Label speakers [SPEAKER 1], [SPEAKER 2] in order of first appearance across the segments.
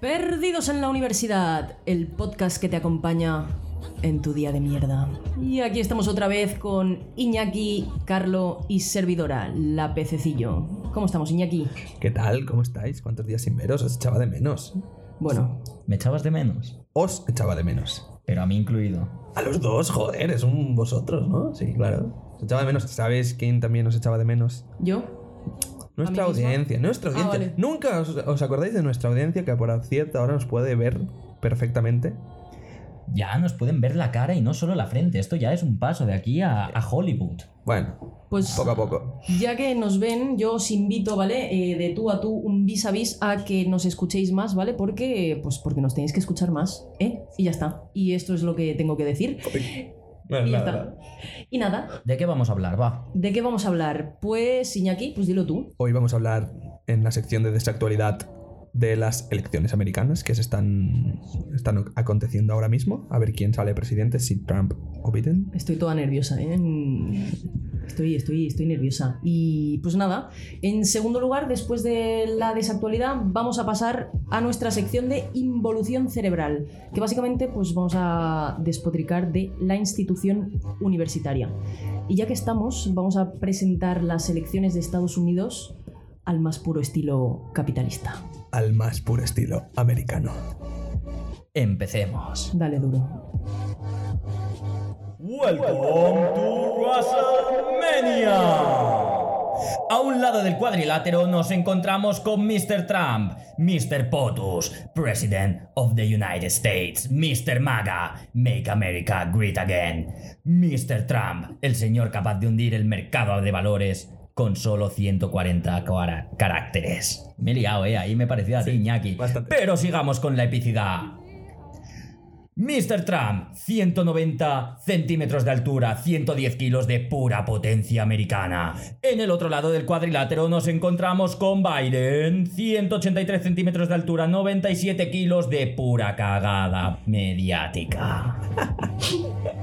[SPEAKER 1] Perdidos en la Universidad, el podcast que te acompaña en tu día de mierda. Y aquí estamos otra vez con Iñaki, Carlo y servidora, la pececillo. ¿Cómo estamos, Iñaki?
[SPEAKER 2] ¿Qué tal? ¿Cómo estáis? ¿Cuántos días sin veros? Os echaba de menos.
[SPEAKER 1] Bueno,
[SPEAKER 3] ¿Me echabas de menos?
[SPEAKER 2] Os echaba de menos.
[SPEAKER 3] Pero a mí incluido.
[SPEAKER 2] A los dos, joder, es un vosotros, ¿no? Sí, claro. Os echaba de menos. ¿Sabéis quién también os echaba de menos?
[SPEAKER 1] yo.
[SPEAKER 2] Nuestra
[SPEAKER 1] ¿A mí misma?
[SPEAKER 2] audiencia, nuestra
[SPEAKER 1] Ah,
[SPEAKER 2] audiencia.
[SPEAKER 1] vale.
[SPEAKER 2] Nunca os, os acordáis de nuestra audiencia que por cierto ahora nos puede ver perfectamente.
[SPEAKER 3] Ya nos pueden ver la cara y no solo la frente. Esto ya es un paso de aquí a, a Hollywood.
[SPEAKER 2] Bueno,
[SPEAKER 1] Pues
[SPEAKER 2] poco a poco.
[SPEAKER 1] ya que nos ven, yo os invito, ¿vale? Eh, de tú a tú, un vis a vis, a que nos escuchéis más, ¿vale? Porque, pues porque nos tenéis que escuchar más, ¿eh? Y ya está. Y esto es lo que tengo que decir.
[SPEAKER 2] Bueno,
[SPEAKER 1] y ya
[SPEAKER 2] Pues nada,
[SPEAKER 1] está.
[SPEAKER 2] nada.
[SPEAKER 1] Y nada,
[SPEAKER 3] ¿De qué vamos a hablar? Va.
[SPEAKER 1] ¿de qué vamos a hablar? Pues, Iñaki, pues dilo tú.
[SPEAKER 2] Hoy vamos a hablar en la sección de desactualidad de las elecciones americanas que se están, están aconteciendo ahora mismo. A ver quién sale presidente, si Trump o Biden.
[SPEAKER 1] Estoy toda nerviosa, ¿eh? Mm, Estoy, estoy, estoy nerviosa. Y pues nada, en segundo lugar, después de la desactualidad, vamos a pasar a nuestra sección de involución cerebral, que básicamente pues vamos a despotricar de la institución universitaria. Y ya que estamos, vamos a presentar las elecciones de Estados Unidos al más puro estilo capitalista.
[SPEAKER 2] al más puro estilo americano.
[SPEAKER 3] Empecemos.
[SPEAKER 1] Dale duro.
[SPEAKER 3] Welcome to WrestleMania. A un lado del cuadrilátero nos encontramos con Mr. Trump, Mr. POTUS, President of the United States, Mr. MAGA, Make America Great Again, Mr. Trump, el señor capaz de hundir el mercado de valores con solo 140 cara- caracteres. Me he liado, eh, ahí me parecía a ti, Iñaki.
[SPEAKER 2] bastante.
[SPEAKER 3] Pero sigamos con la epicidad. Mr. Trump, 190 centímetros de altura, 110 kilos de pura potencia americana. En el otro lado del cuadrilátero nos encontramos con Biden, 183 centímetros de altura, 97 kilos de pura cagada mediática.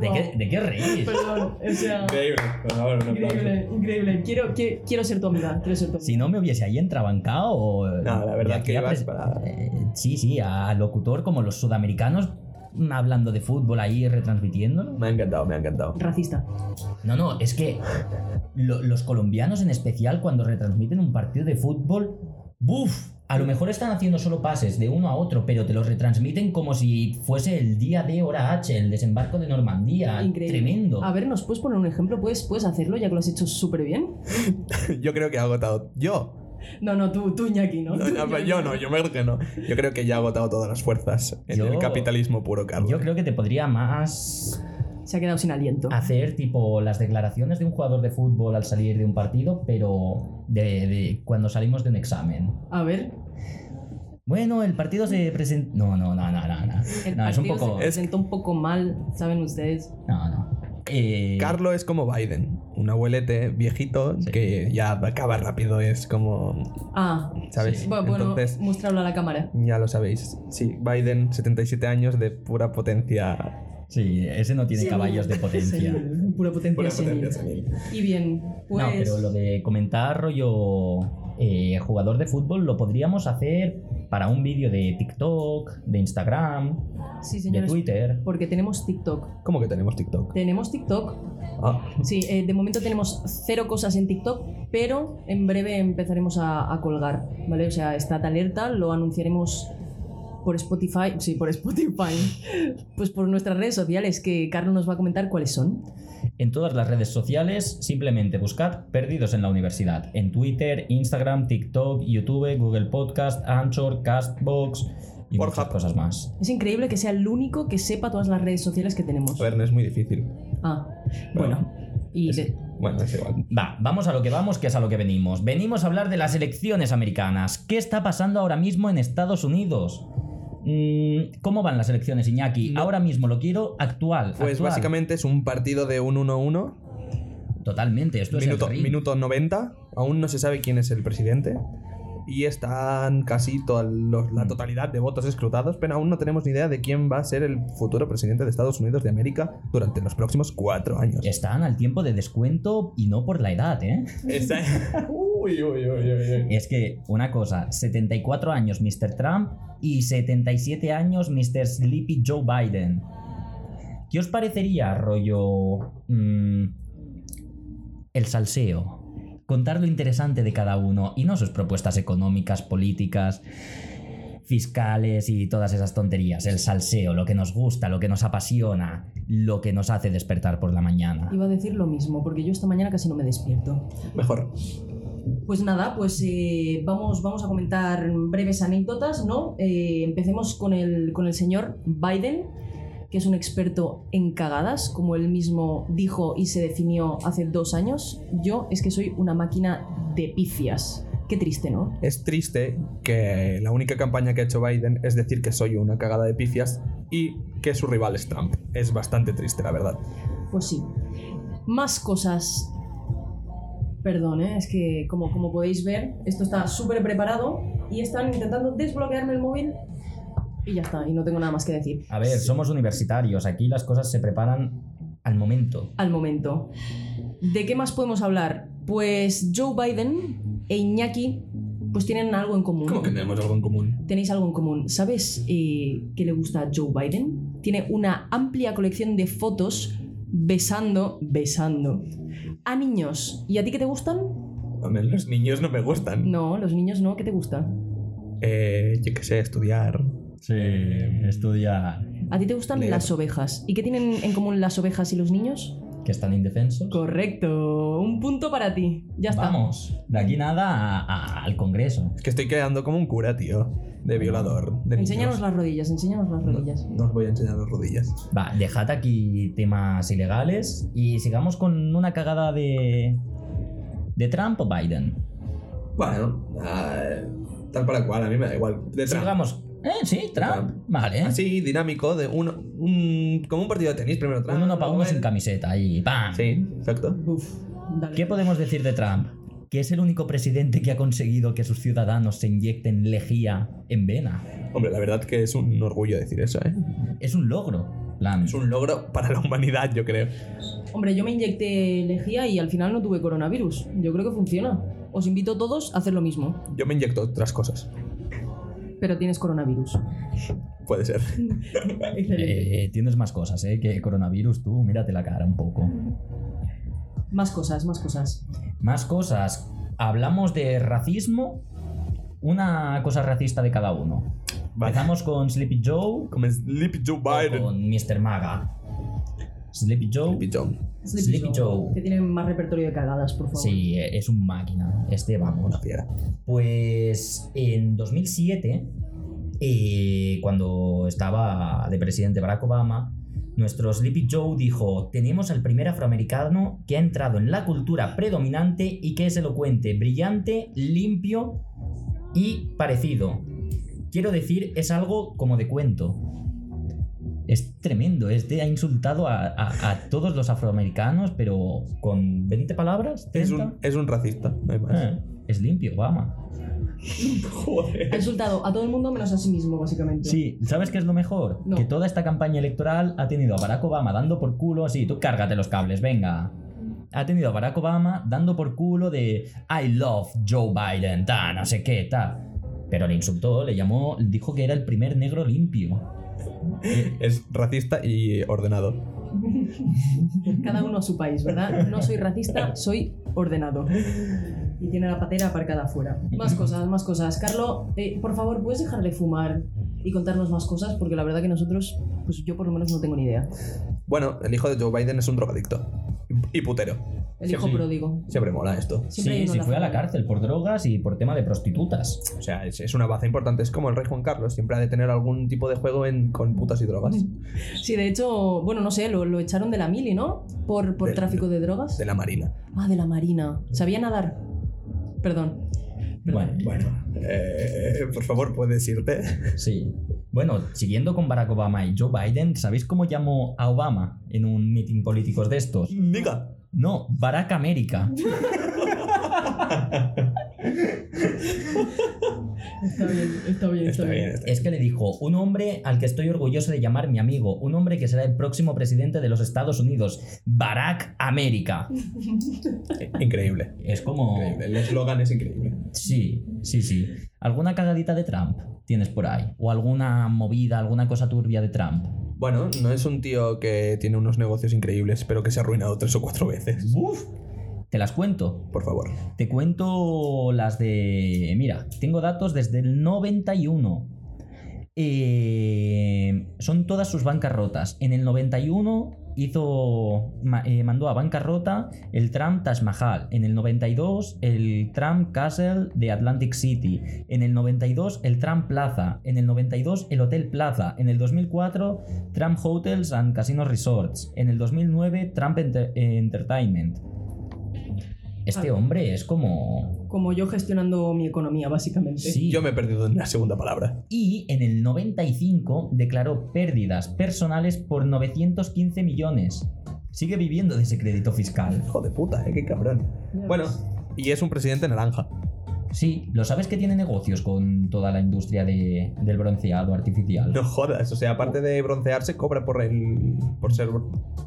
[SPEAKER 3] ¿De qué, de qué reís?
[SPEAKER 1] Perdón, o sea...
[SPEAKER 2] Increíble, por favor, un
[SPEAKER 1] Increíble, increíble. Quiero, quiero, quiero ser tu amiga, quiero ser tu amiga.
[SPEAKER 3] Si no me hubiese ahí entrabancado. o-
[SPEAKER 2] No, la verdad
[SPEAKER 3] de aquí
[SPEAKER 2] que
[SPEAKER 3] a
[SPEAKER 2] ibas
[SPEAKER 3] pres-
[SPEAKER 2] para-
[SPEAKER 3] eh, sí, sí, a locutor como los sudamericanos mm, hablando de fútbol ahí retransmitiéndolo.
[SPEAKER 2] Me ha encantado, me ha encantado.
[SPEAKER 1] Racista.
[SPEAKER 3] No, no, es que lo- los colombianos en especial cuando retransmiten un partido de fútbol, ¡buf! A lo mejor están haciendo solo pases de uno a otro, pero te los retransmiten como si fuese el día de hora H, el desembarco de Normandía.
[SPEAKER 1] Increíble.
[SPEAKER 3] Tremendo.
[SPEAKER 1] A ver, ¿nos puedes poner un ejemplo? ¿Puedes, puedes hacerlo ya que lo has hecho súper bien?
[SPEAKER 2] Yo creo que ha agotado. Yo.
[SPEAKER 1] No, no, tú, tú, Iñaki, ¿no?
[SPEAKER 2] No,
[SPEAKER 1] Tú,
[SPEAKER 2] no, pero
[SPEAKER 1] Iñaki.
[SPEAKER 2] yo no, yo me que no. Yo creo que ya ha agotado todas las fuerzas en
[SPEAKER 3] Yo-
[SPEAKER 2] el capitalismo puro, Carlos.
[SPEAKER 3] Yo creo que te podría más
[SPEAKER 1] Se ha quedado sin aliento.
[SPEAKER 3] hacer tipo las declaraciones de un jugador de fútbol al salir de un partido, pero de, de cuando salimos de un examen.
[SPEAKER 1] A ver,
[SPEAKER 3] Bueno, el partido se presentó... No, no, no, no, no. No,
[SPEAKER 1] el
[SPEAKER 3] no es un
[SPEAKER 1] partido
[SPEAKER 3] poco...
[SPEAKER 1] se presentó un poco mal, ¿saben ustedes?
[SPEAKER 3] No, no. Eh,
[SPEAKER 2] Carlo es como Biden, un abuelete viejito que ya acaba rápido, es como.
[SPEAKER 1] Ah,
[SPEAKER 2] ¿Sabes?
[SPEAKER 1] bueno, bueno,
[SPEAKER 2] Entonces,
[SPEAKER 1] muéstralo a la cámara.
[SPEAKER 2] ya lo sabéis. Sí, Biden, 77 años de pura potencia.
[SPEAKER 3] Sí, ese no tiene
[SPEAKER 1] Sí.
[SPEAKER 3] caballos de potencia.
[SPEAKER 1] Senil, Pura potencia,
[SPEAKER 2] Pura potencia
[SPEAKER 1] senil.
[SPEAKER 2] senil.
[SPEAKER 1] Y bien, pues...
[SPEAKER 3] No, pero lo de comentar rollo eh, jugador de fútbol lo podríamos hacer para un vídeo de TikTok, de Instagram,
[SPEAKER 1] Sí,
[SPEAKER 3] de
[SPEAKER 1] señores,
[SPEAKER 3] Twitter.
[SPEAKER 1] porque tenemos TikTok.
[SPEAKER 2] ¿Cómo que tenemos TikTok?
[SPEAKER 1] Tenemos TikTok,
[SPEAKER 2] Ah,
[SPEAKER 1] Sí, eh, de momento tenemos cero cosas en TikTok, pero en breve empezaremos a, a colgar, ¿vale? O sea, estad alerta, lo anunciaremos por Spotify, sí, por Spotify, pues por nuestras redes sociales, que Carlos nos va a comentar cuáles son.
[SPEAKER 3] En todas las redes sociales simplemente buscad Perdidos en la Universidad. En Twitter, Instagram, TikTok, YouTube, Google Podcast, Anchor, Castbox y
[SPEAKER 2] Pornhub.
[SPEAKER 3] muchas cosas más.
[SPEAKER 1] Es increíble que sea el único que sepa todas las redes sociales que tenemos.
[SPEAKER 2] a ver, no es muy difícil.
[SPEAKER 1] Ah, bueno. Y
[SPEAKER 2] Es-
[SPEAKER 1] de-
[SPEAKER 2] Bueno, es igual.
[SPEAKER 3] Va, vamos a lo que vamos, que es a lo que venimos. Venimos a hablar de las elecciones americanas. ¿Qué está pasando ahora mismo en Estados Unidos? Mm, ¿Cómo van las elecciones, Iñaki?
[SPEAKER 2] No.
[SPEAKER 3] Ahora mismo lo quiero actual.
[SPEAKER 2] Pues
[SPEAKER 3] actual.
[SPEAKER 2] básicamente es un partido de un 1-1,
[SPEAKER 3] Totalmente, esto
[SPEAKER 2] minuto,
[SPEAKER 3] es el ring.
[SPEAKER 2] minuto 90, aún no se sabe quién es el presidente y están casi toda los-
[SPEAKER 3] Mm.
[SPEAKER 2] la totalidad de votos escrutados, pero aún no tenemos ni idea de quién va a ser el futuro presidente de Estados Unidos de América durante los próximos cuatro años.
[SPEAKER 3] Están al tiempo de descuento y no por la edad, ¿eh?
[SPEAKER 2] Esa- Uh, Uy, uy, uy, uy, uy.
[SPEAKER 3] Es que, una cosa, 74 años Mr. Trump y 77 años Mr. Sleepy Joe Biden. ¿Qué os parecería, rollo... mm, el salseo? Contar lo interesante de cada uno y no sus propuestas económicas, políticas, fiscales y todas esas tonterías. El salseo, lo que nos gusta, lo que nos apasiona, lo que nos hace despertar por la mañana.
[SPEAKER 1] Iba a decir lo mismo, porque yo esta mañana casi no me despierto.
[SPEAKER 2] Mejor.
[SPEAKER 1] Pues nada, pues eh, vamos, vamos a comentar breves anécdotas, ¿no? Eh, empecemos con el, con el señor Biden, que es un experto en cagadas, como él mismo dijo y se definió hace dos años. Yo es que soy una máquina de pifias. Qué triste, ¿no?
[SPEAKER 2] Es triste que la única campaña que ha hecho Biden es decir que soy una cagada de pifias y que su rival es Trump. Es bastante triste, la verdad.
[SPEAKER 1] Pues sí. Más cosas. Perdón, ¿eh? es que como, como podéis ver, esto está súper preparado y están intentando desbloquearme el móvil y ya está, y no tengo nada más que decir.
[SPEAKER 3] A ver, somos universitarios, aquí las cosas se preparan al momento.
[SPEAKER 1] al momento. ¿De qué más podemos hablar? Pues Joe Biden e Iñaki pues tienen algo en común.
[SPEAKER 2] ¿Cómo que tenemos algo en común?
[SPEAKER 1] Tenéis algo en común. ¿Sabes eh, qué le gusta a Joe Biden? Tiene una amplia colección de fotos besando, besando a niños. ¿Y a ti qué te gustan?
[SPEAKER 2] A mí los niños no me gustan.
[SPEAKER 1] No, los niños no, ¿qué te gusta?
[SPEAKER 2] Eh, yo qué sé, estudiar.
[SPEAKER 3] Sí, estudiar.
[SPEAKER 1] A ti te gustan
[SPEAKER 2] Leer.
[SPEAKER 1] las ovejas. ¿Y qué tienen en común las ovejas y los niños?
[SPEAKER 3] Que están indefensos.
[SPEAKER 1] Correcto, un punto para ti. Ya está.
[SPEAKER 3] Vamos, de aquí nada a- a- al Congreso.
[SPEAKER 2] Es que estoy quedando como un cura, tío. De violador. De niños.
[SPEAKER 1] Enséñanos las rodillas, enséñanos las rodillas.
[SPEAKER 2] No, no os voy a enseñar las rodillas.
[SPEAKER 3] Va, dejad aquí temas ilegales y sigamos con una cagada de. de Trump o Biden.
[SPEAKER 2] Bueno, ah, tal para cual, a mí me da igual. De Trump.
[SPEAKER 3] Sigamos. Eh, sí, Trump.
[SPEAKER 2] Trump. Ah,
[SPEAKER 3] Vale.
[SPEAKER 2] Así, dinámico, de uno, un, como un partido de tenis, primero Trump.
[SPEAKER 3] Un uno para uno
[SPEAKER 2] luego
[SPEAKER 3] sin
[SPEAKER 2] él.
[SPEAKER 3] camiseta y ¡pam!
[SPEAKER 2] Sí, exacto.
[SPEAKER 1] Uf, dale.
[SPEAKER 3] ¿Qué podemos decir de Trump? Que es el único presidente que ha conseguido que sus ciudadanos se inyecten lejía en vena.
[SPEAKER 2] Hombre, la verdad que es un orgullo decir eso, ¿eh?
[SPEAKER 3] Es un logro. plan.
[SPEAKER 2] Es un logro para la humanidad, yo creo.
[SPEAKER 1] Hombre, yo me inyecté lejía y al final no tuve coronavirus. Yo creo que funciona. Os invito a todos a hacer lo mismo,
[SPEAKER 2] Yo me inyecto otras cosas.
[SPEAKER 1] pero tienes coronavirus.
[SPEAKER 2] Puede ser.
[SPEAKER 1] Excelente.
[SPEAKER 3] Eh, tienes más cosas, ¿eh? Que coronavirus, tú, mírate la cara un poco.
[SPEAKER 1] Más cosas, más cosas.
[SPEAKER 3] Más cosas. Hablamos de racismo. Una cosa racista de cada uno.
[SPEAKER 2] Vale.
[SPEAKER 3] Empezamos con Sleepy Joe
[SPEAKER 2] Como Sleepy Joe
[SPEAKER 3] o
[SPEAKER 2] Biden.
[SPEAKER 3] con Mr. Maga. Sleepy Joe.
[SPEAKER 2] Sleepy Joe.
[SPEAKER 1] Sleepy
[SPEAKER 3] Sleepy Joe.
[SPEAKER 1] Que tienen más repertorio de cagadas, por favor.
[SPEAKER 3] Sí, es un máquina. Este, vamos.
[SPEAKER 2] Una fiera.
[SPEAKER 3] Pues en 2007, eh, cuando estaba de presidente Barack Obama, nuestro Sleepy Joe dijo, tenemos al primer afroamericano que ha entrado en la cultura predominante y que es elocuente, brillante, limpio y parecido. Quiero decir, es algo como de cuento. Es tremendo, este ha insultado a, a- a todos los afroamericanos, pero con 20 palabras.
[SPEAKER 2] Es
[SPEAKER 3] 30.
[SPEAKER 2] un, pues. es un racista, no hay más.
[SPEAKER 3] Eh, es limpio, Obama.
[SPEAKER 2] Joder.
[SPEAKER 1] Ha insultado a todo el mundo menos a sí mismo, básicamente.
[SPEAKER 3] Sí, ¿sabes qué es lo mejor?
[SPEAKER 1] No.
[SPEAKER 3] Que toda esta campaña electoral ha tenido a Barack Obama dando por culo, así, tú cárgate los cables, venga. Ha tenido a Barack Obama dando por culo de I love Joe Biden, ta, no sé qué, tal. Pero le insultó, le llamó, dijo que era el primer negro limpio.
[SPEAKER 2] Es racista y ordenado.
[SPEAKER 1] Cada uno a su país, ¿verdad? No soy racista, soy ordenado. Y tiene la patera aparcada afuera. Más cosas, más cosas. Carlo, eh, por favor, ¿puedes dejar de fumar y contarnos más cosas? Porque la verdad que nosotros, pues yo por lo menos no tengo ni idea.
[SPEAKER 2] Bueno, el hijo de Joe Biden es un drogadicto. Y putero.
[SPEAKER 1] El hijo
[SPEAKER 2] Sí.
[SPEAKER 1] pródigo.
[SPEAKER 2] Siempre mola esto.
[SPEAKER 1] Siempre hay
[SPEAKER 3] sí,
[SPEAKER 1] uno en
[SPEAKER 3] sí,
[SPEAKER 1] la
[SPEAKER 3] fue a la
[SPEAKER 1] familia.
[SPEAKER 3] cárcel por drogas y por tema de prostitutas.
[SPEAKER 2] O sea, es, es una baza importante. Es como el rey Juan Carlos. Siempre ha de tener algún tipo de juego en, con putas y drogas.
[SPEAKER 4] Mm.
[SPEAKER 1] Sí, de hecho, bueno, no sé, lo, lo echaron de la mili, ¿no? Por, por
[SPEAKER 2] Del-
[SPEAKER 1] tráfico de drogas.
[SPEAKER 2] De la marina.
[SPEAKER 1] Ah, de la marina. ¿Sabía nadar? Perdón.
[SPEAKER 3] Bueno,
[SPEAKER 2] Bueno. eh, por favor, puedes irte.
[SPEAKER 3] sí. Bueno, siguiendo con Barack Obama y Joe Biden, ¿sabéis cómo llamó a Obama en un meeting políticos de estos?
[SPEAKER 2] Niga.
[SPEAKER 3] No, Barack América.
[SPEAKER 4] Está bien, está bien, está,
[SPEAKER 2] Está bien,
[SPEAKER 4] bien.
[SPEAKER 2] está bien.
[SPEAKER 3] Es que le dijo, un hombre al que estoy orgulloso de llamar mi amigo, un hombre que será el próximo presidente de los Estados Unidos, Barack América.
[SPEAKER 2] Increíble.
[SPEAKER 3] Es como...
[SPEAKER 2] Increíble. El eslogan es increíble.
[SPEAKER 3] Sí, sí, sí. ¿Alguna cagadita de Trump tienes por ahí? ¿O alguna movida, alguna cosa turbia de Trump?
[SPEAKER 2] Bueno, no es un tío que tiene unos negocios increíbles, pero que se ha arruinado tres o cuatro veces.
[SPEAKER 3] Te las cuento.
[SPEAKER 2] Por favor.
[SPEAKER 3] Te cuento las de... Mira, tengo datos desde el 91. Eh, son todas sus bancarrotas. En el 91 hizo, ma- eh, mandó a bancarrota el tram Taj Mahal. En el 92 el tram Castle de Atlantic City. En el 92 el tram Plaza. En el 92 el Hotel Plaza. En el 2004 tram Hotels and Casino Resorts. En el 2009 Trump Enter- Entertainment. Este
[SPEAKER 1] Ah.
[SPEAKER 3] hombre es como...
[SPEAKER 1] Como yo gestionando mi economía, básicamente.
[SPEAKER 3] Sí.
[SPEAKER 2] Yo me he perdido en la segunda palabra.
[SPEAKER 3] y en el 95 declaró pérdidas personales por 915 millones. Sigue viviendo de ese crédito fiscal.
[SPEAKER 2] Hijo de puta, eh, qué cabrón.
[SPEAKER 1] Ya
[SPEAKER 2] Bueno,
[SPEAKER 1] ves.
[SPEAKER 2] y es un presidente naranja.
[SPEAKER 3] Sí, lo sabes que tiene negocios con toda la industria de- del bronceado artificial.
[SPEAKER 2] No jodas, o sea, aparte de broncearse, cobra por el. por ser.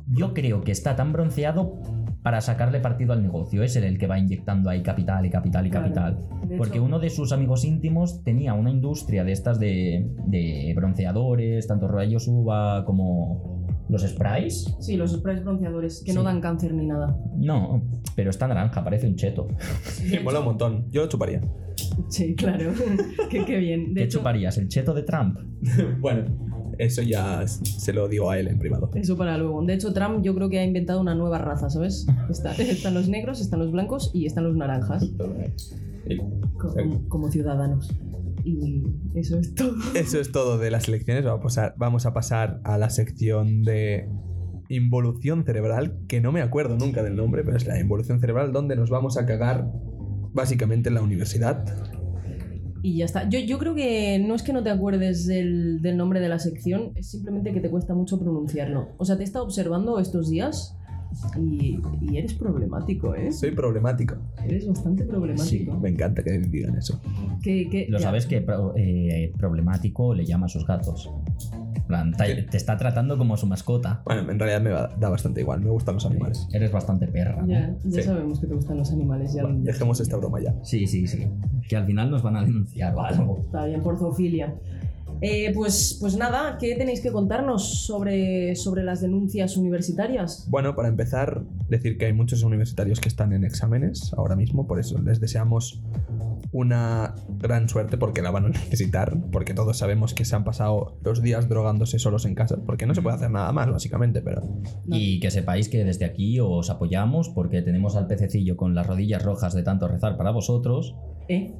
[SPEAKER 3] Yo creo que está tan bronceado para sacarle partido al negocio. Es él el que va inyectando ahí capital y capital y
[SPEAKER 1] Claro.
[SPEAKER 3] capital.
[SPEAKER 1] De
[SPEAKER 3] Porque
[SPEAKER 1] hecho-
[SPEAKER 3] uno de sus amigos íntimos tenía una industria de estas de, de bronceadores, tanto rayos UVA como los sprays.
[SPEAKER 1] Sí, los sprays bronceadores, que no
[SPEAKER 3] Sí.
[SPEAKER 1] dan cáncer ni nada.
[SPEAKER 3] No, pero está naranja, parece un cheto.
[SPEAKER 2] Que mola un montón. Yo lo chuparía.
[SPEAKER 1] Sí, claro. qué, qué bien. De
[SPEAKER 3] ¿Qué
[SPEAKER 1] hecho,
[SPEAKER 3] chuparías? ¿El cheto de Trump?
[SPEAKER 2] bueno, eso ya s- se lo digo a él en privado.
[SPEAKER 1] eso para luego. De hecho, Trump yo creo que ha inventado una nueva raza, ¿sabes? Está- están los negros, están los blancos y están los naranjas co- como, ciudadanos. Y eso es todo.
[SPEAKER 2] Eso es todo de las elecciones. Vamos a pasar, vamos a, pasar a la sección de involución cerebral, que no me acuerdo nunca del nombre, pero es la involución cerebral donde nos vamos a cagar básicamente en la universidad.
[SPEAKER 1] Y ya está. Yo, yo creo que no es que no te acuerdes del, del nombre de la sección, es simplemente que te cuesta mucho pronunciarlo. O sea, te he estado observando estos días y, y eres problemático, ¿eh?
[SPEAKER 2] Soy problemático.
[SPEAKER 1] Eres bastante problemático.
[SPEAKER 2] Me encanta que digan eso.
[SPEAKER 1] Que- que-
[SPEAKER 3] Lo
[SPEAKER 1] ya.
[SPEAKER 3] sabes que pro- eh, problemático le llama a sus gatos. En plan, ta-
[SPEAKER 2] Sí.
[SPEAKER 3] Te está tratando como su mascota.
[SPEAKER 2] Bueno, en realidad me va- da bastante igual. Me gustan los animales.
[SPEAKER 3] Eres bastante perra. ¿no?
[SPEAKER 1] Ya, ya
[SPEAKER 2] Sí.
[SPEAKER 1] sabemos que te gustan los animales. Ya,
[SPEAKER 2] Bueno,
[SPEAKER 1] ya-
[SPEAKER 2] dejemos esta broma ya.
[SPEAKER 3] Sí, sí, sí. Que al final nos van a denunciar o algo.
[SPEAKER 1] Está bien, por zoofilia. Eh, pues, pues nada, ¿qué tenéis que contarnos sobre, sobre las denuncias universitarias?
[SPEAKER 2] Bueno, para empezar, decir que hay muchos universitarios que están en exámenes ahora mismo, por eso les deseamos una gran suerte porque la van a necesitar, porque todos sabemos que se han pasado los días drogándose solos en casa, porque no se puede hacer nada más, básicamente, pero
[SPEAKER 1] No.
[SPEAKER 3] Y que sepáis que desde aquí os apoyamos porque tenemos al pececillo con las rodillas rojas de tanto rezar para vosotros,
[SPEAKER 1] ¿Eh?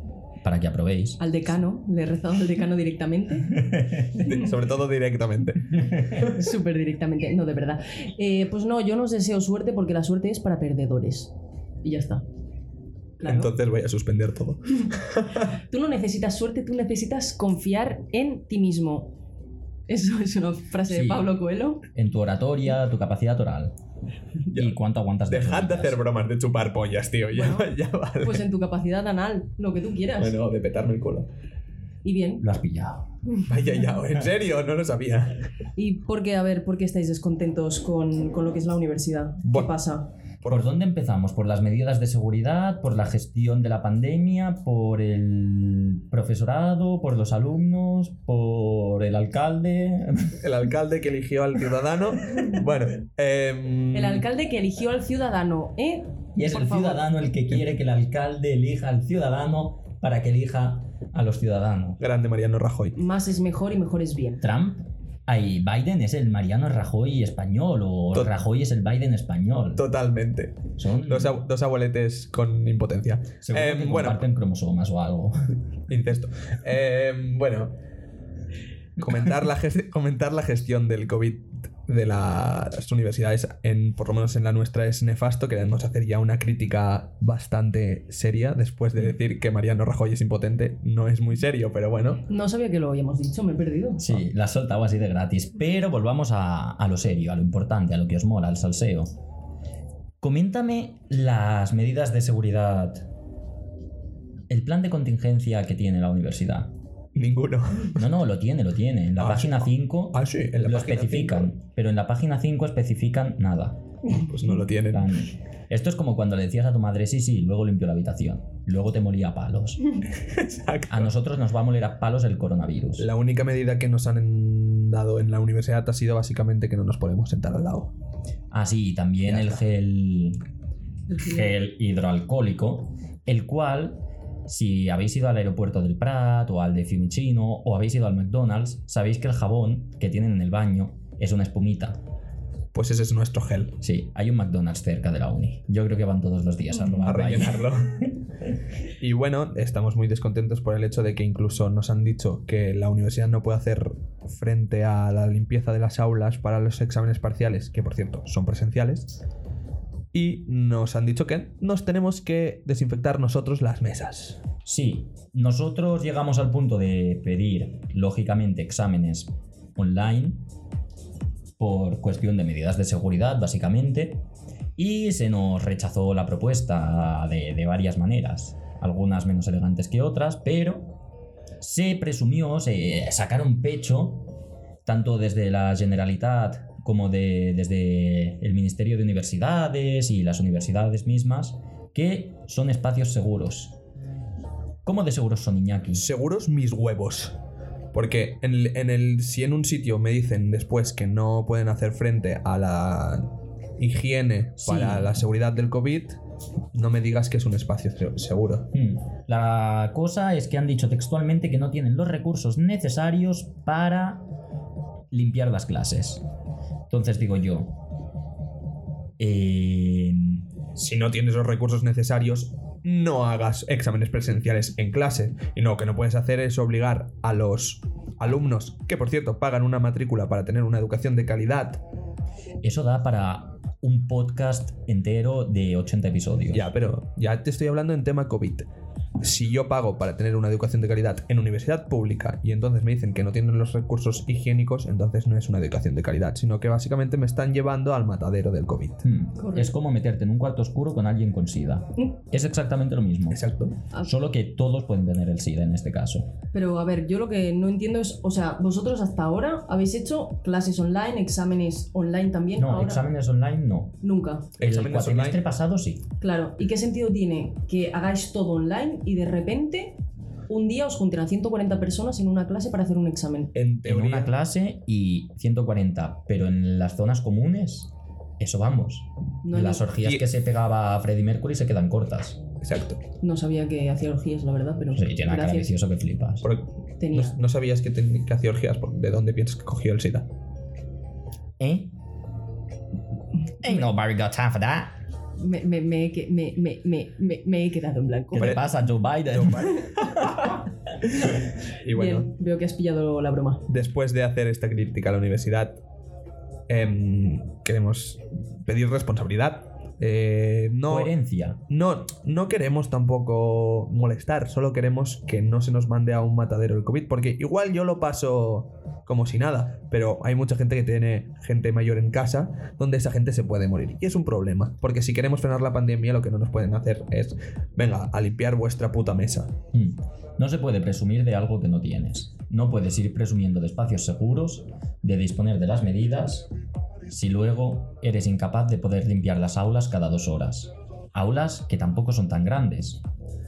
[SPEAKER 3] para que aprobéis.
[SPEAKER 1] Al decano, le he rezado al decano directamente,
[SPEAKER 2] sobre todo directamente.
[SPEAKER 1] súper directamente, no, de verdad. Eh, pues no, yo no os deseo suerte porque la suerte es para perdedores. Y ya está. Claro.
[SPEAKER 2] Entonces voy a suspender todo.
[SPEAKER 1] Tú no necesitas suerte, tú necesitas confiar en ti mismo. Eso es una frase de
[SPEAKER 3] Sí.
[SPEAKER 1] Pablo Coelho.
[SPEAKER 3] En tu oratoria, tu capacidad oral.
[SPEAKER 2] Ya.
[SPEAKER 3] Y cuánto aguantas de
[SPEAKER 2] Dejad de
[SPEAKER 3] rodillas.
[SPEAKER 2] hacer bromas de chupar pollas, tío, ya,
[SPEAKER 1] Bueno,
[SPEAKER 2] ya vale.
[SPEAKER 1] Pues en tu capacidad anal, lo que tú quieras.
[SPEAKER 2] Bueno, de petarme el culo.
[SPEAKER 1] Y bien.
[SPEAKER 3] Lo has pillado.
[SPEAKER 2] Vaya ya, en serio, no lo sabía.
[SPEAKER 1] ¿Y por qué, a ver, por qué estáis descontentos con, con lo que es la universidad? ¿Qué
[SPEAKER 2] Bueno.
[SPEAKER 1] pasa?
[SPEAKER 3] ¿Por dónde empezamos? ¿Por las medidas de seguridad? ¿Por la gestión de la pandemia? ¿Por el profesorado? ¿Por los alumnos? ¿Por el alcalde?
[SPEAKER 2] El alcalde que eligió al ciudadano. Bueno, em,
[SPEAKER 1] El alcalde que eligió al ciudadano, ¿eh?
[SPEAKER 3] Y es
[SPEAKER 1] Por
[SPEAKER 3] el
[SPEAKER 1] favor.
[SPEAKER 3] ciudadano el que quiere que el alcalde elija al ciudadano para que elija a los ciudadanos.
[SPEAKER 2] Grande Mariano Rajoy.
[SPEAKER 1] Más es mejor y mejor es bien.
[SPEAKER 3] Trump, ahí Biden es el Mariano Rajoy español o
[SPEAKER 2] Tot-
[SPEAKER 3] Rajoy es el Biden español.
[SPEAKER 2] Totalmente.
[SPEAKER 3] Son
[SPEAKER 2] Dos, ab- dos abueletes con impotencia.
[SPEAKER 3] seguro
[SPEAKER 2] Eh,
[SPEAKER 3] que
[SPEAKER 2] bueno,
[SPEAKER 3] comparten cromosomas o algo.
[SPEAKER 2] incesto. Eh, bueno, comentar la, ges- comentar la gestión del COVID de las universidades, en, por lo menos en la nuestra, es nefasto. Queremos hacer ya una crítica bastante seria después de decir que Mariano Rajoy es impotente. No es muy serio, pero bueno.
[SPEAKER 1] No sabía que lo habíamos dicho, me he perdido.
[SPEAKER 2] Ah.
[SPEAKER 3] Sí, la has soltado así de gratis. Pero volvamos a, a lo serio, a lo importante, a lo que os mola, al salseo. Coméntame las medidas de seguridad el plan de contingencia que tiene la universidad.
[SPEAKER 2] Ninguno.
[SPEAKER 3] No, no, lo tiene, lo tiene. En la
[SPEAKER 2] Ah,
[SPEAKER 3] página 5
[SPEAKER 2] Ah, sí, en la
[SPEAKER 3] lo
[SPEAKER 2] página
[SPEAKER 3] especifican, pero en la página 5 especifican nada.
[SPEAKER 2] Pues no lo tienen.
[SPEAKER 3] En plan, Esto es como cuando le decías a tu madre, sí, sí, luego limpió la habitación. Luego te molía a palos.
[SPEAKER 2] Exacto.
[SPEAKER 3] A nosotros nos va a moler a palos el coronavirus.
[SPEAKER 2] La única medida que nos han en- dado en la universidad ha sido básicamente que no nos podemos sentar al lado.
[SPEAKER 3] Ah, sí, y también
[SPEAKER 2] Ya
[SPEAKER 3] el
[SPEAKER 2] está.
[SPEAKER 3] gel, gel hidroalcohólico, el cual, si habéis ido al aeropuerto del Prat o al de Fiumicino o habéis ido al McDonald's, sabéis que el jabón que tienen en el baño es una espumita.
[SPEAKER 2] Pues ese es nuestro gel.
[SPEAKER 3] Sí, hay un McDonald's cerca de la uni. Yo creo que van todos los días a
[SPEAKER 2] a
[SPEAKER 3] robar. ahí.
[SPEAKER 2] rellenarlo. y bueno, estamos muy descontentos por el hecho de que incluso nos han dicho que la universidad no puede hacer frente a la limpieza de las aulas para los exámenes parciales, que por cierto son presenciales. Y nos han dicho que nos tenemos que desinfectar nosotros las mesas.
[SPEAKER 3] Sí, nosotros llegamos al punto de pedir, lógicamente, exámenes online por cuestión de medidas de seguridad, básicamente, y se nos rechazó la propuesta de, de varias maneras, algunas menos elegantes que otras, pero se presumió, se sacaron pecho, tanto desde la Generalitat como de- desde el Ministerio de Universidades y las universidades mismas, que son espacios seguros. ¿Cómo de seguros son Iñaki?
[SPEAKER 2] Seguros mis huevos. Porque en el, en el- si en un sitio me dicen después que no pueden hacer frente a la higiene
[SPEAKER 3] Sí.
[SPEAKER 2] para la seguridad del COVID, no me digas que es un espacio se- seguro.
[SPEAKER 3] Mm. La cosa es que han dicho textualmente que no tienen los recursos necesarios para limpiar las clases. Entonces digo yo. eh,
[SPEAKER 2] si no tienes los recursos necesarios, no hagas exámenes presenciales en clase. Y no, lo que no puedes hacer es obligar a los alumnos, que por cierto pagan una matrícula para tener una educación de calidad.
[SPEAKER 3] eso da para un podcast entero de 80 episodios.
[SPEAKER 2] Ya, pero ya te estoy hablando en tema COVID. Si yo pago para tener una educación de calidad en universidad pública y entonces me dicen que no tienen los recursos higiénicos, entonces no es una educación de calidad, sino que básicamente me están llevando al matadero del COVID.
[SPEAKER 3] Mm.
[SPEAKER 1] Correcto.
[SPEAKER 3] Es como meterte en un cuarto oscuro con alguien con SIDA. Es exactamente lo mismo.
[SPEAKER 2] Exacto.
[SPEAKER 3] Solo que todos pueden tener el SIDA en este caso.
[SPEAKER 1] Pero a ver, yo lo que no entiendo es, o sea, vosotros hasta ahora habéis hecho clases online, exámenes online también.
[SPEAKER 3] No,
[SPEAKER 1] ahora,
[SPEAKER 3] exámenes online no.
[SPEAKER 1] Nunca.
[SPEAKER 3] El
[SPEAKER 2] Exámenes
[SPEAKER 3] cuatrimestre
[SPEAKER 2] online.
[SPEAKER 3] pasado sí.
[SPEAKER 1] Claro, ¿y qué sentido tiene que hagáis todo online y de repente un día os junten a 140 personas en una clase para hacer un examen?
[SPEAKER 2] En
[SPEAKER 3] en una
[SPEAKER 2] teoría,
[SPEAKER 3] clase y 140, pero en las zonas comunes, eso vamos.
[SPEAKER 1] No,
[SPEAKER 3] las
[SPEAKER 1] yo
[SPEAKER 3] orgías
[SPEAKER 2] Y-
[SPEAKER 3] que se pegaba a Freddie Mercury se quedan cortas.
[SPEAKER 2] exacto.
[SPEAKER 1] no sabía que hacía orgías, la verdad, pero
[SPEAKER 3] Sí, tiene una cara
[SPEAKER 1] gracias.
[SPEAKER 3] viciosa que Pues- flipas.
[SPEAKER 2] Porque
[SPEAKER 1] Tenía.
[SPEAKER 2] no, no sabías que, ten- que hacía orgías, ¿por- ¿de dónde piensas que cogió el SIDA?
[SPEAKER 3] ¿Eh? Ain't nobody got time for that.
[SPEAKER 1] Me, me- me he que- me- me- me- me- me he quedado en blanco.
[SPEAKER 3] ¿Qué te
[SPEAKER 2] Hombre.
[SPEAKER 3] pasa, Joe Biden?
[SPEAKER 2] y bueno,
[SPEAKER 1] Bien, veo que has pillado la broma.
[SPEAKER 2] después de hacer esta crítica a la universidad, em, queremos pedir responsabilidad. Eh, no,
[SPEAKER 3] Coherencia.
[SPEAKER 2] no, no queremos tampoco molestar, solo queremos que no se nos mande a un matadero el COVID, porque igual yo lo paso como si nada, pero hay mucha gente que tiene gente mayor en casa donde esa gente se puede morir. Y es un problema, porque si queremos frenar la pandemia lo que no nos pueden hacer es, venga, a limpiar vuestra puta mesa.
[SPEAKER 3] Mm. No se puede presumir de algo que no tienes. No puedes ir presumiendo de espacios seguros, de disponer de las medidas, si luego eres incapaz de poder limpiar las aulas cada dos horas. Aulas que tampoco son tan grandes.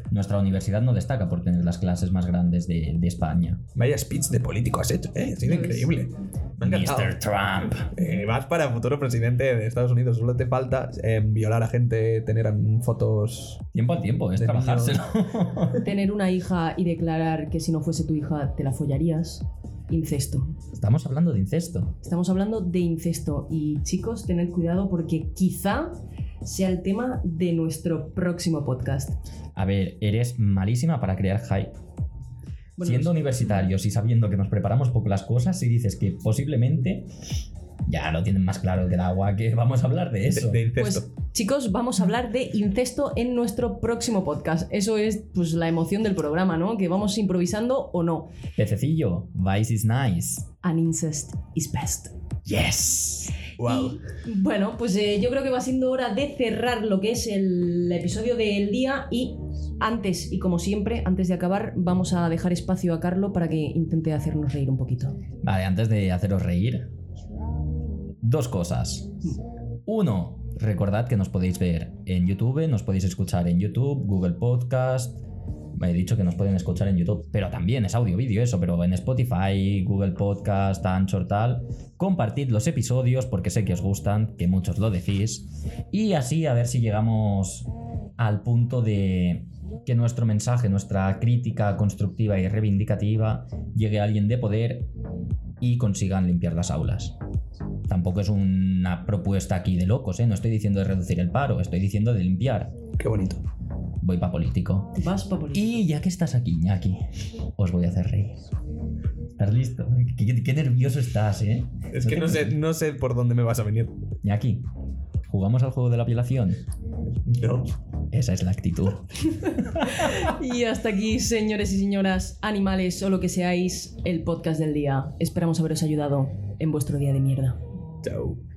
[SPEAKER 3] Nuestra universidad no destaca por tener las clases más grandes de, de España.
[SPEAKER 2] Vaya speech de político has hecho, ¿eh? Ha sido increíble. Me ha encantado.
[SPEAKER 3] Mr. Trump.
[SPEAKER 2] Eh, vas para futuro presidente de Estados Unidos. Solo te falta eh, violar a gente, tener mm, fotos.
[SPEAKER 3] Tiempo al tiempo, es
[SPEAKER 2] De
[SPEAKER 3] trabajárselo.
[SPEAKER 1] Tener una hija y declarar que si no fuese tu hija te la follarías. Incesto.
[SPEAKER 3] Estamos hablando de incesto.
[SPEAKER 1] Estamos hablando de incesto y chicos, tened cuidado porque quizá sea el tema de nuestro próximo podcast.
[SPEAKER 3] A ver, eres malísima para crear hype.
[SPEAKER 1] Bueno,
[SPEAKER 3] Siendo
[SPEAKER 1] no sé.
[SPEAKER 3] universitarios y sabiendo que nos preparamos poco las cosas, y dices que posiblemente ya lo tienen más claro que el agua, que vamos a hablar de
[SPEAKER 2] De,
[SPEAKER 3] eso.
[SPEAKER 2] de
[SPEAKER 1] Pues
[SPEAKER 2] incesto.
[SPEAKER 1] chicos, vamos a hablar de incesto en nuestro próximo podcast. Eso es pues la emoción del programa, ¿no? Que vamos improvisando o no.
[SPEAKER 3] Pececillo, Vice is nice.
[SPEAKER 1] An incest is best.
[SPEAKER 3] Yes.
[SPEAKER 2] Wow.
[SPEAKER 1] Y, bueno, pues eh, yo creo que va siendo hora de cerrar lo que es el episodio del día y Antes, y como siempre, antes de acabar, vamos a dejar espacio a Carlo para que intente hacernos reír un poquito.
[SPEAKER 3] Vale, antes de haceros reír, dos cosas. Uno, recordad que nos podéis ver en YouTube, nos podéis escuchar en YouTube, Google Podcast. He dicho que nos pueden escuchar en YouTube, pero también es audio, vídeo, eso, pero en Spotify, Google Podcast, Anchor, tal. Compartid los episodios porque sé que os gustan, que muchos lo decís. Y así a ver si llegamos al punto de que nuestro mensaje, nuestra crítica constructiva y reivindicativa llegue a alguien de poder y consigan limpiar las aulas. Tampoco es una propuesta aquí de locos, ¿eh? No estoy diciendo de reducir el paro, estoy diciendo de limpiar.
[SPEAKER 2] Qué bonito.
[SPEAKER 3] Voy pa' político.
[SPEAKER 1] Vas, Papolín.
[SPEAKER 3] Y ya que estás aquí, Iñaki, os voy a hacer reír. ¿Estás listo? Qué, qué- qué nervioso estás, ¿eh?
[SPEAKER 2] Es que
[SPEAKER 3] te
[SPEAKER 2] no sé,
[SPEAKER 3] preocupes.
[SPEAKER 2] no sé por dónde me vas a venir.
[SPEAKER 3] Iñaki, ¿jugamos al juego de la violación?
[SPEAKER 2] No.
[SPEAKER 3] Esa es la actitud.
[SPEAKER 1] Y hasta aquí, señores y señoras, animales o lo que seáis, el podcast del día. Esperamos haberos ayudado en vuestro día de mierda.
[SPEAKER 2] Chao.